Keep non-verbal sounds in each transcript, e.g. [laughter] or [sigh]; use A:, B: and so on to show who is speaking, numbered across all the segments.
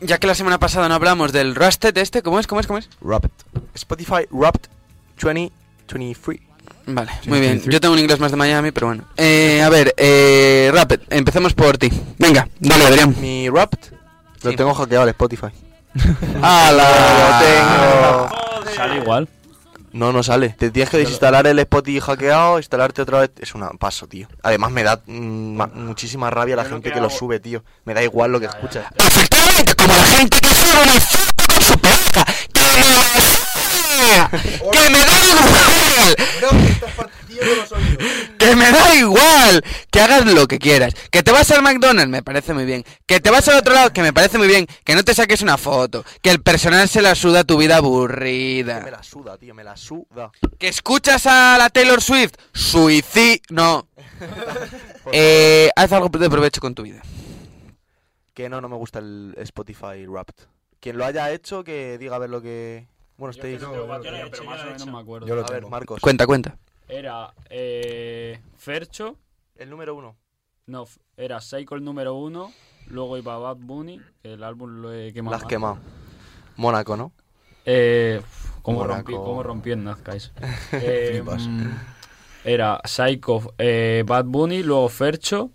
A: ya que la semana pasada no hablamos del Rusted este, ¿cómo es? ¿Cómo es? ¿Cómo es?
B: Wrapped.
C: Spotify Wrapped 2023.
A: Vale,
B: Sí,
A: muy bien.
B: sí, sí.
A: Yo tengo un inglés más de Miami, pero bueno. Eh, a ver, eh, Rapid, empecemos por ti. Venga, dale, Adrián.
C: Mi Wrapped lo
A: Sí.
C: tengo hackeado al Spotify.
B: Ah,
A: ¡Hala!
C: Lo tengo.
D: [laughs] Sale igual.
C: No, no sale. Te tienes que desinstalar el Spotify hackeado, instalarte otra vez. Es un paso, tío. Además, me da mm, ma- muchísima rabia la
D: Yo lo
C: gente
D: que
C: que lo
D: hago-
C: sube, tío. Me da igual lo que escuchas.
A: Perfectamente, como la gente que sube una foto con su pareja. ¡Que me la joda! ¡Que me da igual! ¡Que me da igual! Que hagas lo que quieras. Que te vas al McDonald's, me parece muy bien. Que te vas al otro lado, que me parece muy bien. Que no te saques una foto. Que el personal se la suda tu vida aburrida.
C: Que Me la suda, tío, me la suda.
A: ¿Que escuchas a la Taylor Swift? Suicidio. No.
C: [laughs]
A: Eh, haz algo de provecho con tu vida.
C: Que no, no me gusta el Spotify Wrapped. Quien lo haya hecho, que diga a ver lo que. Bueno, estáis.
D: Yo lo he hecho, yo lo he hecho.
E: me acuerdo.
B: Yo lo
C: A ver,
B: tengo.
C: Marcos.
A: Cuenta, cuenta.
E: Era eh, Fercho,
C: El número uno.
E: no, f- era Psycho el número uno, luego iba Bad Bunny, que el álbum lo he quemado.
C: La has
E: más.
C: quemado. Mónaco, ¿no?
E: Eh, ¿cómo,
C: Mónaco.
E: rompí, ¿Cómo rompí el Nazca
B: [laughs]
E: eso? Eh,
B: Flipas.
E: mm, era Psycho, eh, Bad Bunny, luego Fercho,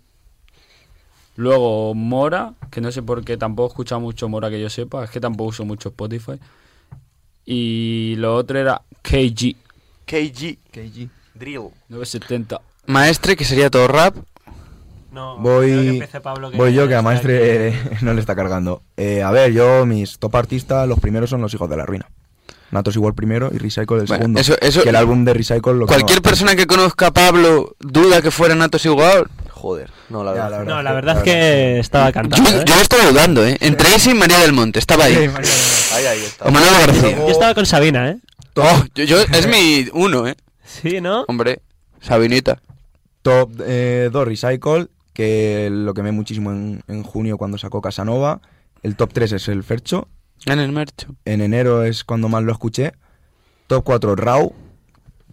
E: luego Mora, que no sé por qué tampoco escucha mucho Mora que yo sepa, es que tampoco uso mucho Spotify. Y lo otro era KG,
C: KG.
B: KG.
C: Drill.
E: 970.
A: Maestre, que sería todo rap.
D: No,
B: Voy-
D: creo que empiece Pablo,
B: Voy yo, que a
D: está
B: Maestre
D: aquí.
B: eh, [laughs] no le está cargando. Eh, a ver, yo, mis top artistas, los primeros son los hijos de la ruina. Natos igual primero y Recycle el
A: Bueno,
B: segundo.
A: eso- eso-
B: que el álbum de Recycle lo que
A: Cualquier
B: no-
A: persona que conozca a Pablo duda que fuera Natos igual.
C: Joder. No, la
B: Ya,
C: verdad.
B: la
D: No, la verdad es que estaba
A: Yo,
D: cantando. ¿eh?
A: yo estaba dudando, ¿eh? Entre ese y María del Monte, estaba ahí.
C: Ahí, ahí está.
A: O Manolo García.
D: Yo estaba con Sabina, ¿eh?
A: Oh, yo, yo- es mi uno, ¿eh?
D: Sí, ¿no?
A: Hombre, Sabinita.
B: Top 2 Recycle, que lo quemé muchísimo en, en junio cuando sacó Casanova. El top 3 es el Fercho.
A: En el mercho.
B: En enero es cuando más lo escuché. Top 4 Raw.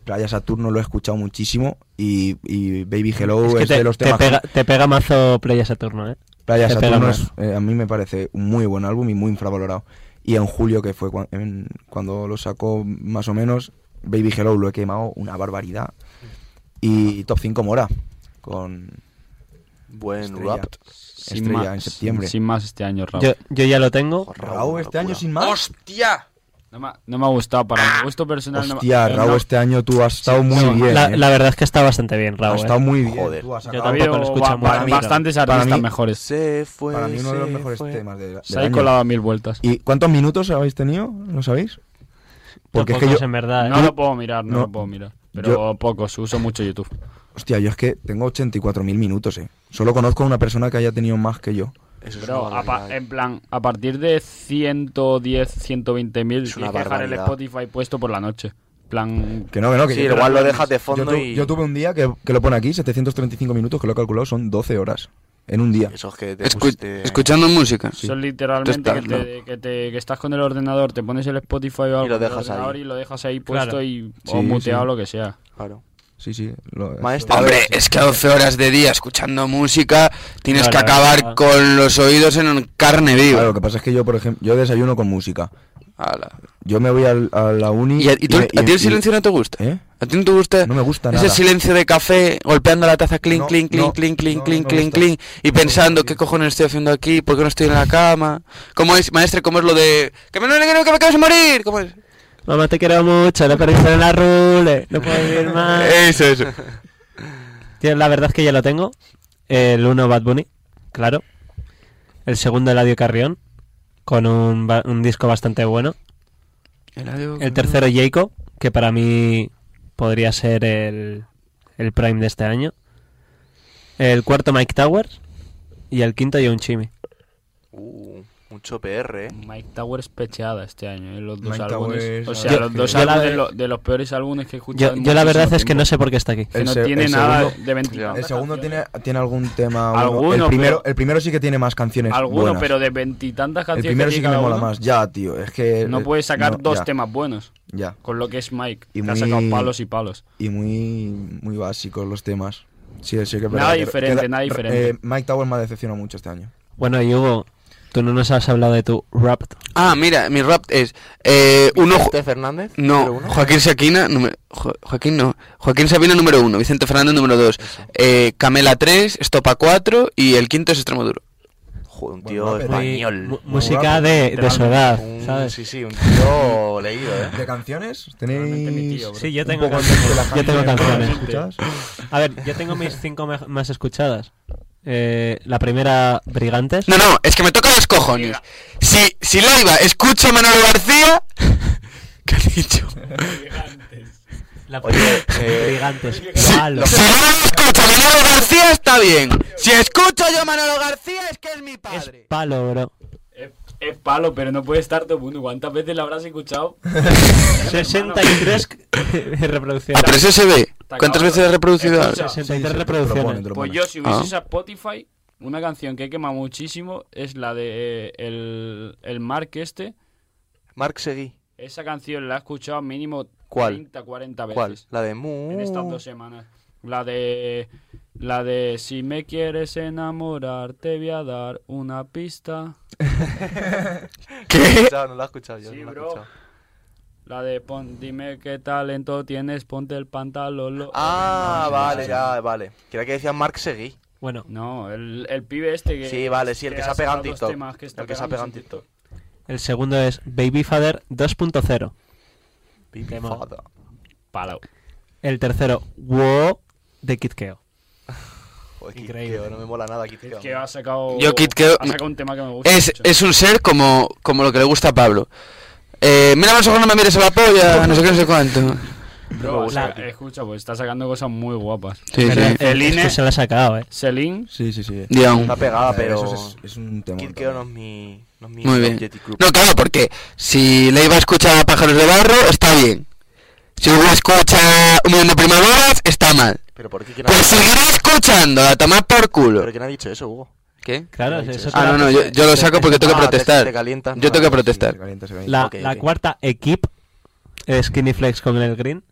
B: Playa Saturno lo he escuchado muchísimo. Y, y Baby Hello Uh, es,
D: es que te,
B: de los
D: te
B: temas.
D: pega, te pega mazo Playa Saturno, ¿eh?
B: Playa
D: te pega
B: Saturno
D: más.
B: es, eh, a mí me parece un muy buen álbum y muy infravalorado. Y en julio, que fue cuan- en- cuando lo sacó más o menos, Baby Hello lo he quemado una barbaridad. Y top 5 Mora. Con
C: Buen
B: Estrella.
C: Wrapped.
E: Sin
B: Estrella
E: más,
B: en septiembre.
E: Sin más este año, Raúl.
D: Yo, yo ya lo tengo.
B: Raúl este año sin más.
A: ¡Hostia!
E: No, me, ha- no me ha gustado, para mi gusto personal. no me-
B: Hostia,
E: eh,
B: Raúl,
E: no.
B: este año tú has estado muy
E: no,
B: bien.
D: La,
B: eh.
D: la verdad es que está bastante bien,
B: Ha
E: eh.
D: Raúl. ¿eh?
B: estado muy bien.
C: Joder.
B: Tú has
D: Yo
B: sacado-
E: Ha
D: tampoco
E: habido
D: lo escucho
E: ba-
D: mucho.
E: ba- bastantes
B: Para mí-
E: artistas mejores.
C: Se fue.
B: Para mí uno de los
C: se
B: mejores
C: fue.
B: temas de, del
E: Se ha
B: año.
E: colado a mil vueltas.
B: ¿Y cuántos minutos habéis tenido? ¿No sabéis? Porque es que
D: Tampoco
B: yo...
D: en verdad. ¿eh?
E: No lo puedo mirar, no,
B: No.
E: lo puedo mirar. Pero pocos, uso mucho YouTube.
B: Hostia, yo es que tengo 84.000 minutos, eh. Solo conozco a una persona que haya tenido más que yo.
C: Eso es
E: Pero
C: una
E: a pa-
C: barbaridad.
E: en plan, a partir de 110, 120 mil,
C: Es
E: tienes
C: una
E: que dejar el
C: barbaridad.
E: Spotify puesto por la noche. plan,
B: Que no, que no, que
C: Sí,
B: yo te-
C: igual lo dejas de
B: yo,
C: fondo
B: tu-
C: y.
B: yo tuve un día que, que lo pone aquí, 735 minutos, que lo he calculado, son 12 horas. En un día.
C: Esos que te
A: Escu-
C: pusiste- eh,
A: Escuchando música.
E: son literalmente
A: Tú
E: que,
A: estás,
E: te, que, te- que estás con el ordenador, te pones el Spotify o algo
C: lo
E: en el
C: dejas ahí.
E: ordenador y lo dejas ahí puesto
D: Claro.
E: y
B: Sí,
E: o muteado
B: sí.
E: lo que sea.
C: Claro.
B: Sí, sí. lo-
C: Maestro.
A: Hombre, es que a 12 horas de día escuchando música tienes
D: No,
A: que
D: la verdad.
A: acabar con los oídos en carne
B: Claro, lo
A: viva.
B: que pasa es que yo, por ejemplo, yo desayuno con música.
A: Ala.
B: Yo me voy al- a la uni...
A: ¿Y, a, y tú-
B: me-
A: a ti
B: y-
A: el silencio no te gusta?
B: ¿Eh?
A: ¿A ti no te gusta?
B: No me gusta
A: ese
B: nada.
A: silencio de café golpeando la taza clink,
B: No,
A: clink, clink,
B: no,
A: clink, clink,
B: no,
A: clink,
B: no me
A: clink,
B: gusta.
A: clink, y
B: No me
A: pensando
B: gusta,
A: qué
B: tío.
A: cojones estoy haciendo aquí, por qué no estoy en la cama. ¿Cómo es, maestre? ¿Cómo es lo de que me, que me, que me acabas de morir? ¿Cómo es?
D: Mamá, te quiero mucho. No perdiste en la rule. No
B: [laughs]
D: puedo vivir más.
A: Eso, eso.
D: Tío, la verdad es que ya lo tengo. El uno Bad Bunny, claro. El segundo Eladio Carrión, con un, ba- un disco bastante bueno. El tercero Jacob, que para mí podría ser el, el prime de este año. El cuarto Mike Towers. Y el quinto John Chimmy.
C: Uh, mucho PR, eh.
E: Mike Towers pecheada este año, eh, los dos
B: Mike
E: álbumes.
B: Towers,
E: o
B: a
E: sea,
B: ver,
E: los
B: que-
E: dos
B: Yo la
E: álbumes de,
B: de-
E: lo- de los peores álbumes que he escuchado.
D: Yo,
E: en
D: yo la verdad
E: muchísimo
D: es que
E: tiempo.
D: no sé por qué está aquí.
E: Que
B: El
E: no
B: se-
E: tiene
B: el
E: nada
B: segundo-
E: de 20
C: Ya.
B: El segundo tiene, tiene algún tema... bueno.
E: Alguno,
B: el, primero,
E: pero-
B: el primero sí que tiene más canciones
E: Alguno,
B: buenas.
E: pero de veintitantas
B: El
E: canciones.
B: primero sí que
E: tiene cada
B: me mola
E: uno,
B: más. Ya, tío, es que...
E: No puedes sacar
B: no,
E: dos
B: ya,
E: temas buenos.
B: Ya.
E: Con lo que es Mike.
B: Y
E: que ha
B: muy-
E: sacado palos y palos.
B: y muy, muy básicos los temas. Sí, sí que
E: Nada
B: es verdad que-
E: diferente,
B: que-
E: nada diferente.
B: eh, Mike Towers me ha decepcionado mucho este año.
D: Bueno, y Hugo, Tú no nos has hablado de tu rap.
A: Ah, mira, mi rap es. Eh, uno.
C: ¿Vicente ¿Este Fernández? número
A: No,
C: uno?
A: Joaquín Sabina, número, Jo- Joaquín no. Joaquín Sabina número uno, Vicente Fernández número dos, eh, Camela tres, Estopa cuatro y el quinto es Extremoduro.
C: Joder, un
B: Buen
C: tío
B: rapper.
D: Muy-
C: español.
D: mu-
C: Un-
D: música de, de su edad, ¿sabes?
C: Sí, sí, un tío leído, ¿eh?
B: ¿De canciones?
E: Realmente mi
B: ¿Tenéis
E: tío, bro.
D: Sí, yo
B: un
D: tengo
B: poco antes que
D: canciones.
B: las
D: Yo tengo
B: canciones
D: canciones.
B: escuchadas?
D: A ver, yo tengo mis cinco me- más escuchadas. Eh, la primera, Brigantes.
A: No, no, es que me toca los cojones. Si, si Laiva escucha a Manolo García. [laughs] ¿Qué has dicho?
D: La
C: Oye, eh,
D: Brigantes.
A: Si,
D: palo.
A: si no escucha a Manolo García, está bien. Si escucho yo a Manolo García, es que es mi
D: Es
A: padre.
D: palo, bro.
E: Es, es palo, pero no puede estar todo el mundo. ¿Cuántas veces la habrás
B: [laughs]
E: escuchado?
D: [laughs] 63
A: Ah,
D: reproducciones.
A: pero eso se ve. ¿Cuántas
E: acabado.
A: veces he reproducido?
E: Escucha.
D: 63
B: Sí, sí,
D: reproducciones.
B: te lo
E: Pues
B: pones.
E: yo, si hubiese
A: Ah.
E: a Spotify, una canción que he quemado muchísimo es la de eh, el, el Mark este.
C: Mark Seguí.
E: Esa canción la he escuchado mínimo
C: ¿Cuál?
E: 30, 40 veces.
C: ¿Cuál? La de Mu.
E: En estas dos semanas. La de. La de si me quieres enamorar, te voy a dar una pista.
A: ¿Qué?
C: No, no la he escuchado yo.
E: Sí,
C: no la he
E: bro.
C: escuchado.
E: La de pon, dime qué talento tienes, ponte el pantalón. lo-
C: Ah, vale, ya, vale. Creía que decía Mark Seguí.
D: Bueno,
E: No, el, el pibe este que.
C: Sí, vale, sí, el que se ha
E: hace
C: pegado en
E: los
C: TikTok.
E: temas que está
C: El que se ha
E: pegando
C: pegado en TikTok.
D: el segundo es Baby Father 2.0.
C: Baby
D: Tema.
C: father.
E: Palo.
D: El tercero, Wow, de Kid Keo.
C: Joder, Kid
D: Increíble.
C: Keo, no me mola nada Kid
E: Es
C: Keo.
E: que ha sacado.
A: Yo, Kid Keo-
E: Ha sacado un tema que me gusta.
A: Es,
E: mucho.
A: es un ser como, como lo que le gusta a Pablo. Eh, mira los ojos, no me mires a la polla, no sé qué, no sé cuánto.
E: Bro,
D: me gusta.
E: saca- escucha, pues está sacando cosas muy guapas.
A: Sí,
D: Pero
A: sí.
E: El
D: es que
E: INE.
D: se lo ha sacado, eh.
E: Selin.
B: Sí, sí, sí.
A: Dion.
C: Está pegada,
B: Pero
C: pero.
B: eso es, es un tema.
C: Kid Keo no es mi. No es mi
A: Muy bien.
C: Yeti Group.
A: No, claro, porque si le iba a escuchar a Pájaros de Barro, está bien. Si uno escucha Un Millón de Primaveras, está mal.
C: Pero ¿por qué que
A: Pues
C: nadie-
A: seguirá escuchando, a tomar por culo.
C: pero que no ha dicho eso, Hugo?
A: ¿Qué?
D: Claro,
C: Sí,
D: eso
C: sí.
D: te
A: Ah,
D: lo-
A: no, no, yo, yo lo saco porque tengo que
C: Ah, te-
A: protestar.
C: te calientas,
A: Yo
C: no,
A: tengo que
C: sí,
A: protestar.
D: La,
C: Ok,
D: la
C: ok.
D: cuarta, Equip, es Skinny Flex con el Green.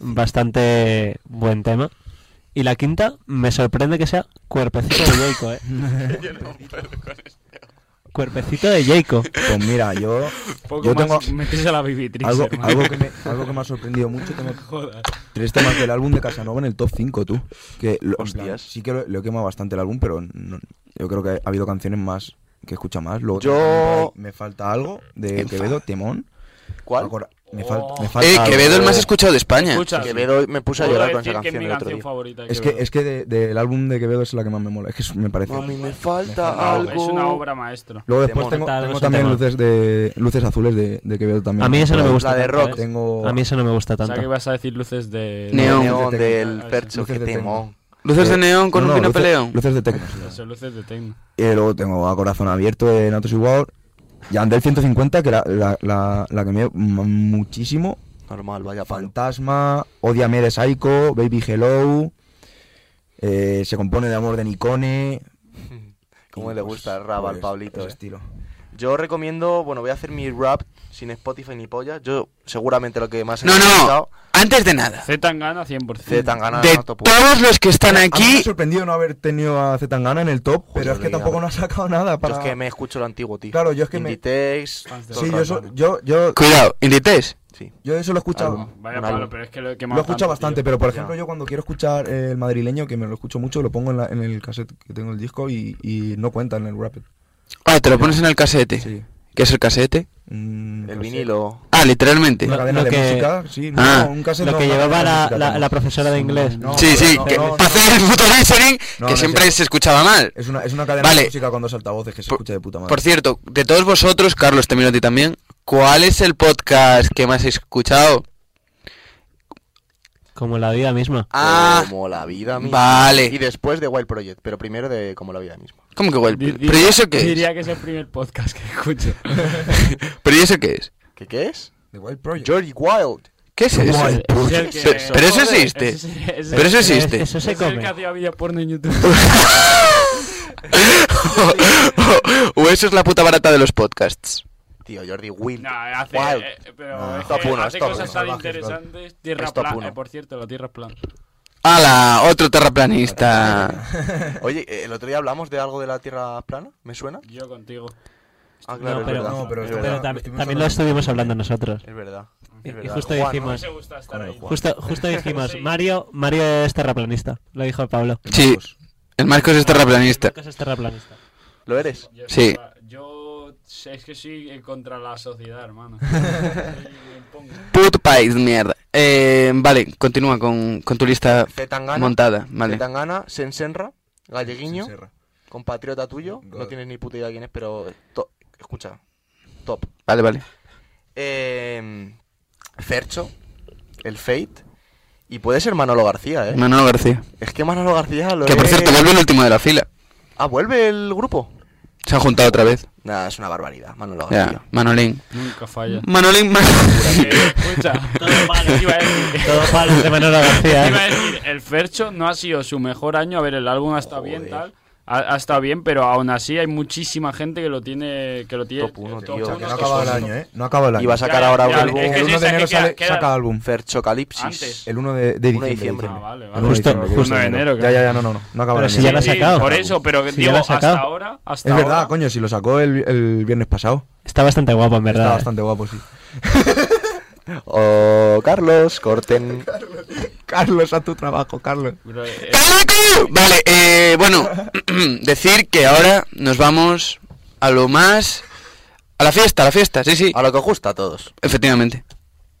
D: Bastante buen tema. Y la quinta, me sorprende que sea Cuerpecito de
C: [laughs]
D: Jayco, eh. Cuerpecito de Jayco.
B: Pues mira, yo,
E: [laughs] Poco
B: yo tengo
E: más. [laughs] Métese a la Vivitrix.
B: algo,
E: hermano.
B: algo, que me, algo que me ha sorprendido mucho. Tengo
E: Joder.
B: tres temas del álbum de Casanova en el top 5, tú. Que lo, en plan,
C: Hostias.
B: sí que lo, lo he quemado bastante el álbum, pero no- yo creo que ha habido canciones más que escucha más. Luego
C: Yo-
B: también por ahí me falta algo de
A: Enfada.
B: Quevedo, Temón.
C: ¿Cuál?
B: Acora- me, fal-
E: Oh.
B: me falta
A: Eh,
B: algo.
A: Quevedo el más escuchado de España.
E: Escucha,
C: Quevedo me puse a
E: puedo
C: llorar con esa
E: decir que es
C: canción
E: mi
C: el otro
E: canción
C: día.
E: favorita. de
B: Es que,
E: Quevedo.
B: es que de- del álbum de Quevedo es la que más me mola. Es que es- me parece.
C: Mami, me
E: Es una
C: falta
E: obra-
C: algo.
E: Es una obra maestra.
B: Luego después
C: Temón.
B: tengo,
D: Falta algo,
B: tengo
D: es un
B: también
D: tema.
B: luces, de, luces azules de, de Quevedo también.
D: A mí ese no me gusta.
C: La de
D: tanto,
C: rock.
D: eh.
B: Tengo
D: A mí eso no me gusta
E: O sea que
D: tanto.
E: ibas a decir luces de.
A: Neón.
C: Neón
B: Luces de
C: del
E: tecno.
C: Percho,
B: Luces
C: qué
B: de tecno.
C: temón.
A: Eh, Luces de neón con un
B: No, no,
A: pino
B: luces-
A: peleo.
B: Luces de tecno. sí.
E: de- Son luces de Tecno.
B: Y luego tengo a corazón abierto de Natos Igual. Yandel 150, que la, la, la, la que me m- muchísimo.
C: Normal, vaya palo.
B: Fantasma, Odiame de Psycho, Baby Hello. eh, se compone de amor de Nicone.
C: Cómo
B: Y,
C: le
B: pues,
C: gusta el rap al
B: pues,
C: Pablito,
B: ese
C: eh.
B: estilo.
C: Yo recomiendo, bueno, voy a hacer mi rap sin Spotify ni polla. Yo seguramente lo que más he
A: No, no,
C: escuchado,
A: antes de nada.
E: Z Tangana 100%.
B: Mm,
C: C tan ganado
A: De todos los que están
B: A mí me ha
A: aquí,
B: sorprendido no haber tenido a Zetangana en el top, pero es que
C: Liga.
B: tampoco no ha sacado nada
C: Yo
B: para...
C: es que me escucho lo antiguo, tío.
B: Claro, yo es que me-
C: Inditex,
E: Fans de
B: Sí,
C: todo
B: yo,
C: el
B: so-
C: rato.
B: yo, yo,
A: cuidado, Inditex.
C: Sí.
B: yo eso lo he escuchado.
C: Álbum.
E: Vaya
C: Un
E: palo,
C: álbum.
E: pero es que lo he
B: Lo
E: quemado
B: he escuchado
E: tanto,
B: bastante,
E: tío.
B: pero por
C: Ya.
B: ejemplo yo cuando quiero escuchar eh, el madrileño, que me lo escucho mucho, lo pongo en, la- en el cassette que tengo el disco y, y no cuenta en el rapid.
A: Ah, te lo pones en el casete. ¿Qué es el casete?
B: Un
C: El
B: cassette.
C: vinilo.
A: Ah, literalmente.
B: Una
D: Lo-
B: cadena
D: lo
B: de
D: que-
B: música, sí. no,
A: Ah.
B: un cassette
D: Lo
B: no,
D: que
B: una
D: llevaba
B: cadena de
D: la,
B: música,
D: la-
B: no.
D: la profesora de inglés.
B: No,
A: sí, sí,
B: no,
A: que para
B: no, no.
A: hacer el puto listening,
B: No,
A: que
B: no,
A: siempre
B: sí.
A: se escuchaba mal.
B: Es una, es una cadena
A: Vale.
B: de música con dos altavoces que se
A: Por-
B: escucha de puta madre. [laughs]
A: Por cierto, de todos vosotros, Carlos, te miro a ti también, ¿cuál es el podcast que más he escuchado?
D: Como la vida misma.
A: Ah,
C: Como la vida misma.
A: vale.
C: Y después de Wild Project, pero primero de Como la vida misma.
A: ¿cómo que
C: Pues,
E: Di-
A: Wild?
E: di-
A: ¿Pero y eso qué es?
E: Diría que es el primer podcast que
B: [laughs]
E: escucho.
A: ¿Pero y eso qué es?
C: ¿Qué, qué es?
B: The Wild Project. [laughs]
C: George Wild.
A: ¿Qué es eso?
B: Wild
E: Es el que-
A: Pero, pero eso existe.
E: Ese es- ese es-
A: Pero eso
D: Pero es-
A: existe.
D: Eso
E: ese
D: se
E: es el
D: come.
E: que hacía vídeos porno
C: [laughs]
E: en YouTube.
A: [laughs] o eso es la puta barata de los podcasts.
C: Tío, Jordi Wild.
E: No, hace,
C: Wild.
E: eh, pero
B: No,
E: es
C: top
E: que
C: uno,
E: hace
C: es top
E: cosas
C: uno.
E: tan
B: Salvajes,
E: interesantes. Tierra eh,
C: Es top
E: plana,
C: uno.
E: por cierto, la tierra es plana.
A: ¡Hala! Otro terraplanista.
C: [laughs] Oye, eh, el otro día hablamos de algo de la Tierra plana, ¿me suena?
E: Yo contigo.
C: Ah,
D: No,
C: es
D: pero,
C: verdad,
B: No, pero
C: es
B: esto-
D: pero
C: verdad.
D: tam-
B: lo estuvimos
D: también lo
B: hablando.
D: estuvimos hablando nosotros.
C: Es verdad.
D: Y-
C: es
D: y
C: verdad.
D: justo
C: Juan, ¿no?
D: dijimos,
E: gusta estar
B: Con el Juan.
D: justo, justo dijimos,
E: Sí.
D: Mario, Mario es terraplanista. Lo dijo Pablo.
A: Sí, el Marcos es terraplanista.
D: Marcos es terraplanista.
C: ¿Lo eres?
E: Yo
A: Sí.
E: soy- Yo es que soy eh, contra la sociedad,
B: [laughs]
E: hermano.
A: Puto país, mierda. Eh, vale, continúa con, con tu lista
C: Zetangana.
A: montada. Vale.
C: Zetangana, Sensenra, Galleguiño,
B: Serra.
C: compatriota tuyo.
B: God.
C: No tienes ni puta idea quién es, pero. to- Escucha, top.
A: Vale, vale.
C: Eh, Fercho, el Fate. Y puede ser Manolo García, ¿eh?
A: Manolo García.
C: Es que Manolo García lo
A: Que por
C: es-
E: Eh.
A: cierto, vuelve el último de la fila.
C: Ah, ¿vuelve el grupo?
A: Se han juntado otra vez.
C: Nah, es una barbaridad, Manolo García.
A: Ya, Manolín. [laughs]
E: Nunca falla.
A: Manolín, Ma- [laughs]
E: Eh, escucha, todo vale, iba a [laughs] decir.
D: Todo mal de Manolo
E: [laughs]
D: García.
E: Iba a
D: ¿eh?
E: decir, el Fercho no ha sido su mejor año. A ver, el álbum ha estado bien,
C: Joder.
E: tal. Ha, ha estado bien, pero aún así hay muchísima gente que lo tiene. Que lo tiene
C: Top uno,
E: eh,
C: tío.
B: O sea,
E: uno,
B: que no ha
E: que
B: acabado el
E: son-
B: año, ¿eh? No ha acabado el año.
C: Y va a sacar ahora
E: ya,
C: un
E: ya,
C: álbum.
E: es
B: El 1
E: esa
B: de
E: que
B: enero
E: queda-
B: sale-
E: queda-
B: saca álbum.
C: Fercho
E: Antes.
B: El 1 de, de
C: Uno de
B: diciembre.
C: diciembre.
E: Ah, vale,
B: El
E: vale.
B: uno de
D: Justo-
B: diciembre, que
D: justo
B: es
E: de
B: el
E: enero,
B: Ya,
E: claro.
B: ya, ya, no, no, no. No acaba
D: Pero
B: el
D: si
B: año.
D: ya la ha
E: Sí,
D: sacado.
E: Por eso, pero que
D: Si ya
E: digo,
D: la ha
E: hasta
D: sacado.
E: ahora. Hasta
B: Es verdad,
E: ahora,
B: coño, si lo sacó el, el viernes pasado.
D: Está bastante guapo, en
B: Está
D: verdad. ¿eh?
B: bastante guapo, sí.
C: Oh,
A: [laughs]
C: Carlos, corten.
B: Carlos, a tu trabajo, Carlos.
E: bro, eh,
A: Vale, eh, bueno, [clears throat] decir que ahora nos vamos a lo más. A la fiesta, a la fiesta, sí, sí.
C: Ah. A lo que os gusta a todos.
A: Efectivamente.